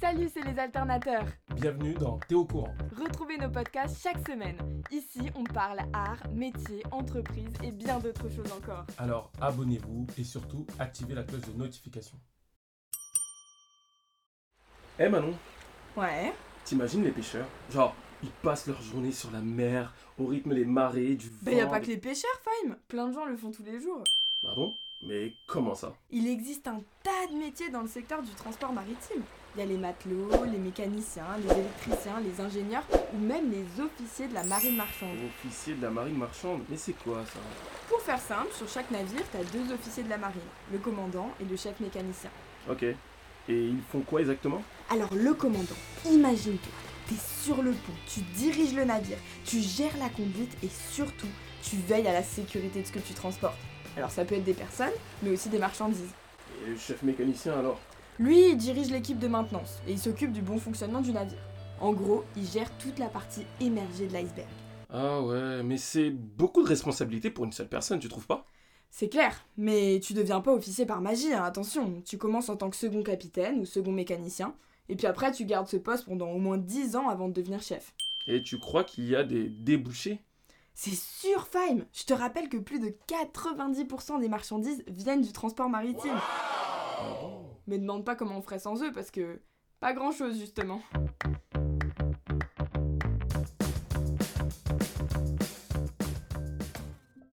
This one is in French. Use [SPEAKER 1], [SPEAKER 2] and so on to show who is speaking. [SPEAKER 1] Salut, c'est les alternateurs.
[SPEAKER 2] Bienvenue dans Théo au courant.
[SPEAKER 1] Retrouvez nos podcasts chaque semaine. Ici, on parle art, métier, entreprise et bien d'autres choses encore.
[SPEAKER 2] Alors abonnez-vous et surtout activez la cloche de notification. Eh Manon,
[SPEAKER 1] Ouais.
[SPEAKER 2] t'imagines les pêcheurs Genre, ils passent leur journée sur la mer, au rythme des marées, du vent.
[SPEAKER 1] Bah y a pas que les pêcheurs, Fime. Plein de gens le font tous les jours.
[SPEAKER 2] Pardon Mais comment ça
[SPEAKER 1] Il existe un tas de métiers dans le secteur du transport maritime. Il y a les matelots, les mécaniciens, les électriciens, les ingénieurs ou même les officiers de la marine marchande.
[SPEAKER 2] Officier de la marine marchande, mais c'est quoi ça
[SPEAKER 1] Pour faire simple, sur chaque navire, t'as deux officiers de la marine, le commandant et le chef mécanicien.
[SPEAKER 2] Ok. Et ils font quoi exactement
[SPEAKER 1] Alors le commandant, imagine-toi, t'es sur le pont, tu diriges le navire, tu gères la conduite et surtout, tu veilles à la sécurité de ce que tu transportes. Alors ça peut être des personnes, mais aussi des marchandises.
[SPEAKER 2] Et le chef mécanicien alors
[SPEAKER 1] Lui, il dirige l'équipe de maintenance et il s'occupe du bon fonctionnement du navire. En gros, il gère toute la partie émergée de l'iceberg.
[SPEAKER 2] Ah ouais, mais c'est beaucoup de responsabilités pour une seule personne, tu trouves pas
[SPEAKER 1] C'est clair, mais tu deviens pas officier par magie, hein, attention. Tu commences en tant que second capitaine ou second mécanicien, et puis après tu gardes ce poste pendant au moins 10 ans avant de devenir chef.
[SPEAKER 2] Et tu crois qu'il y a des débouchés
[SPEAKER 1] C'est sûr, Fime Je te rappelle que plus de 90% des marchandises viennent du transport maritime. Mais demande pas comment on ferait sans eux, parce que... Pas grand-chose, justement.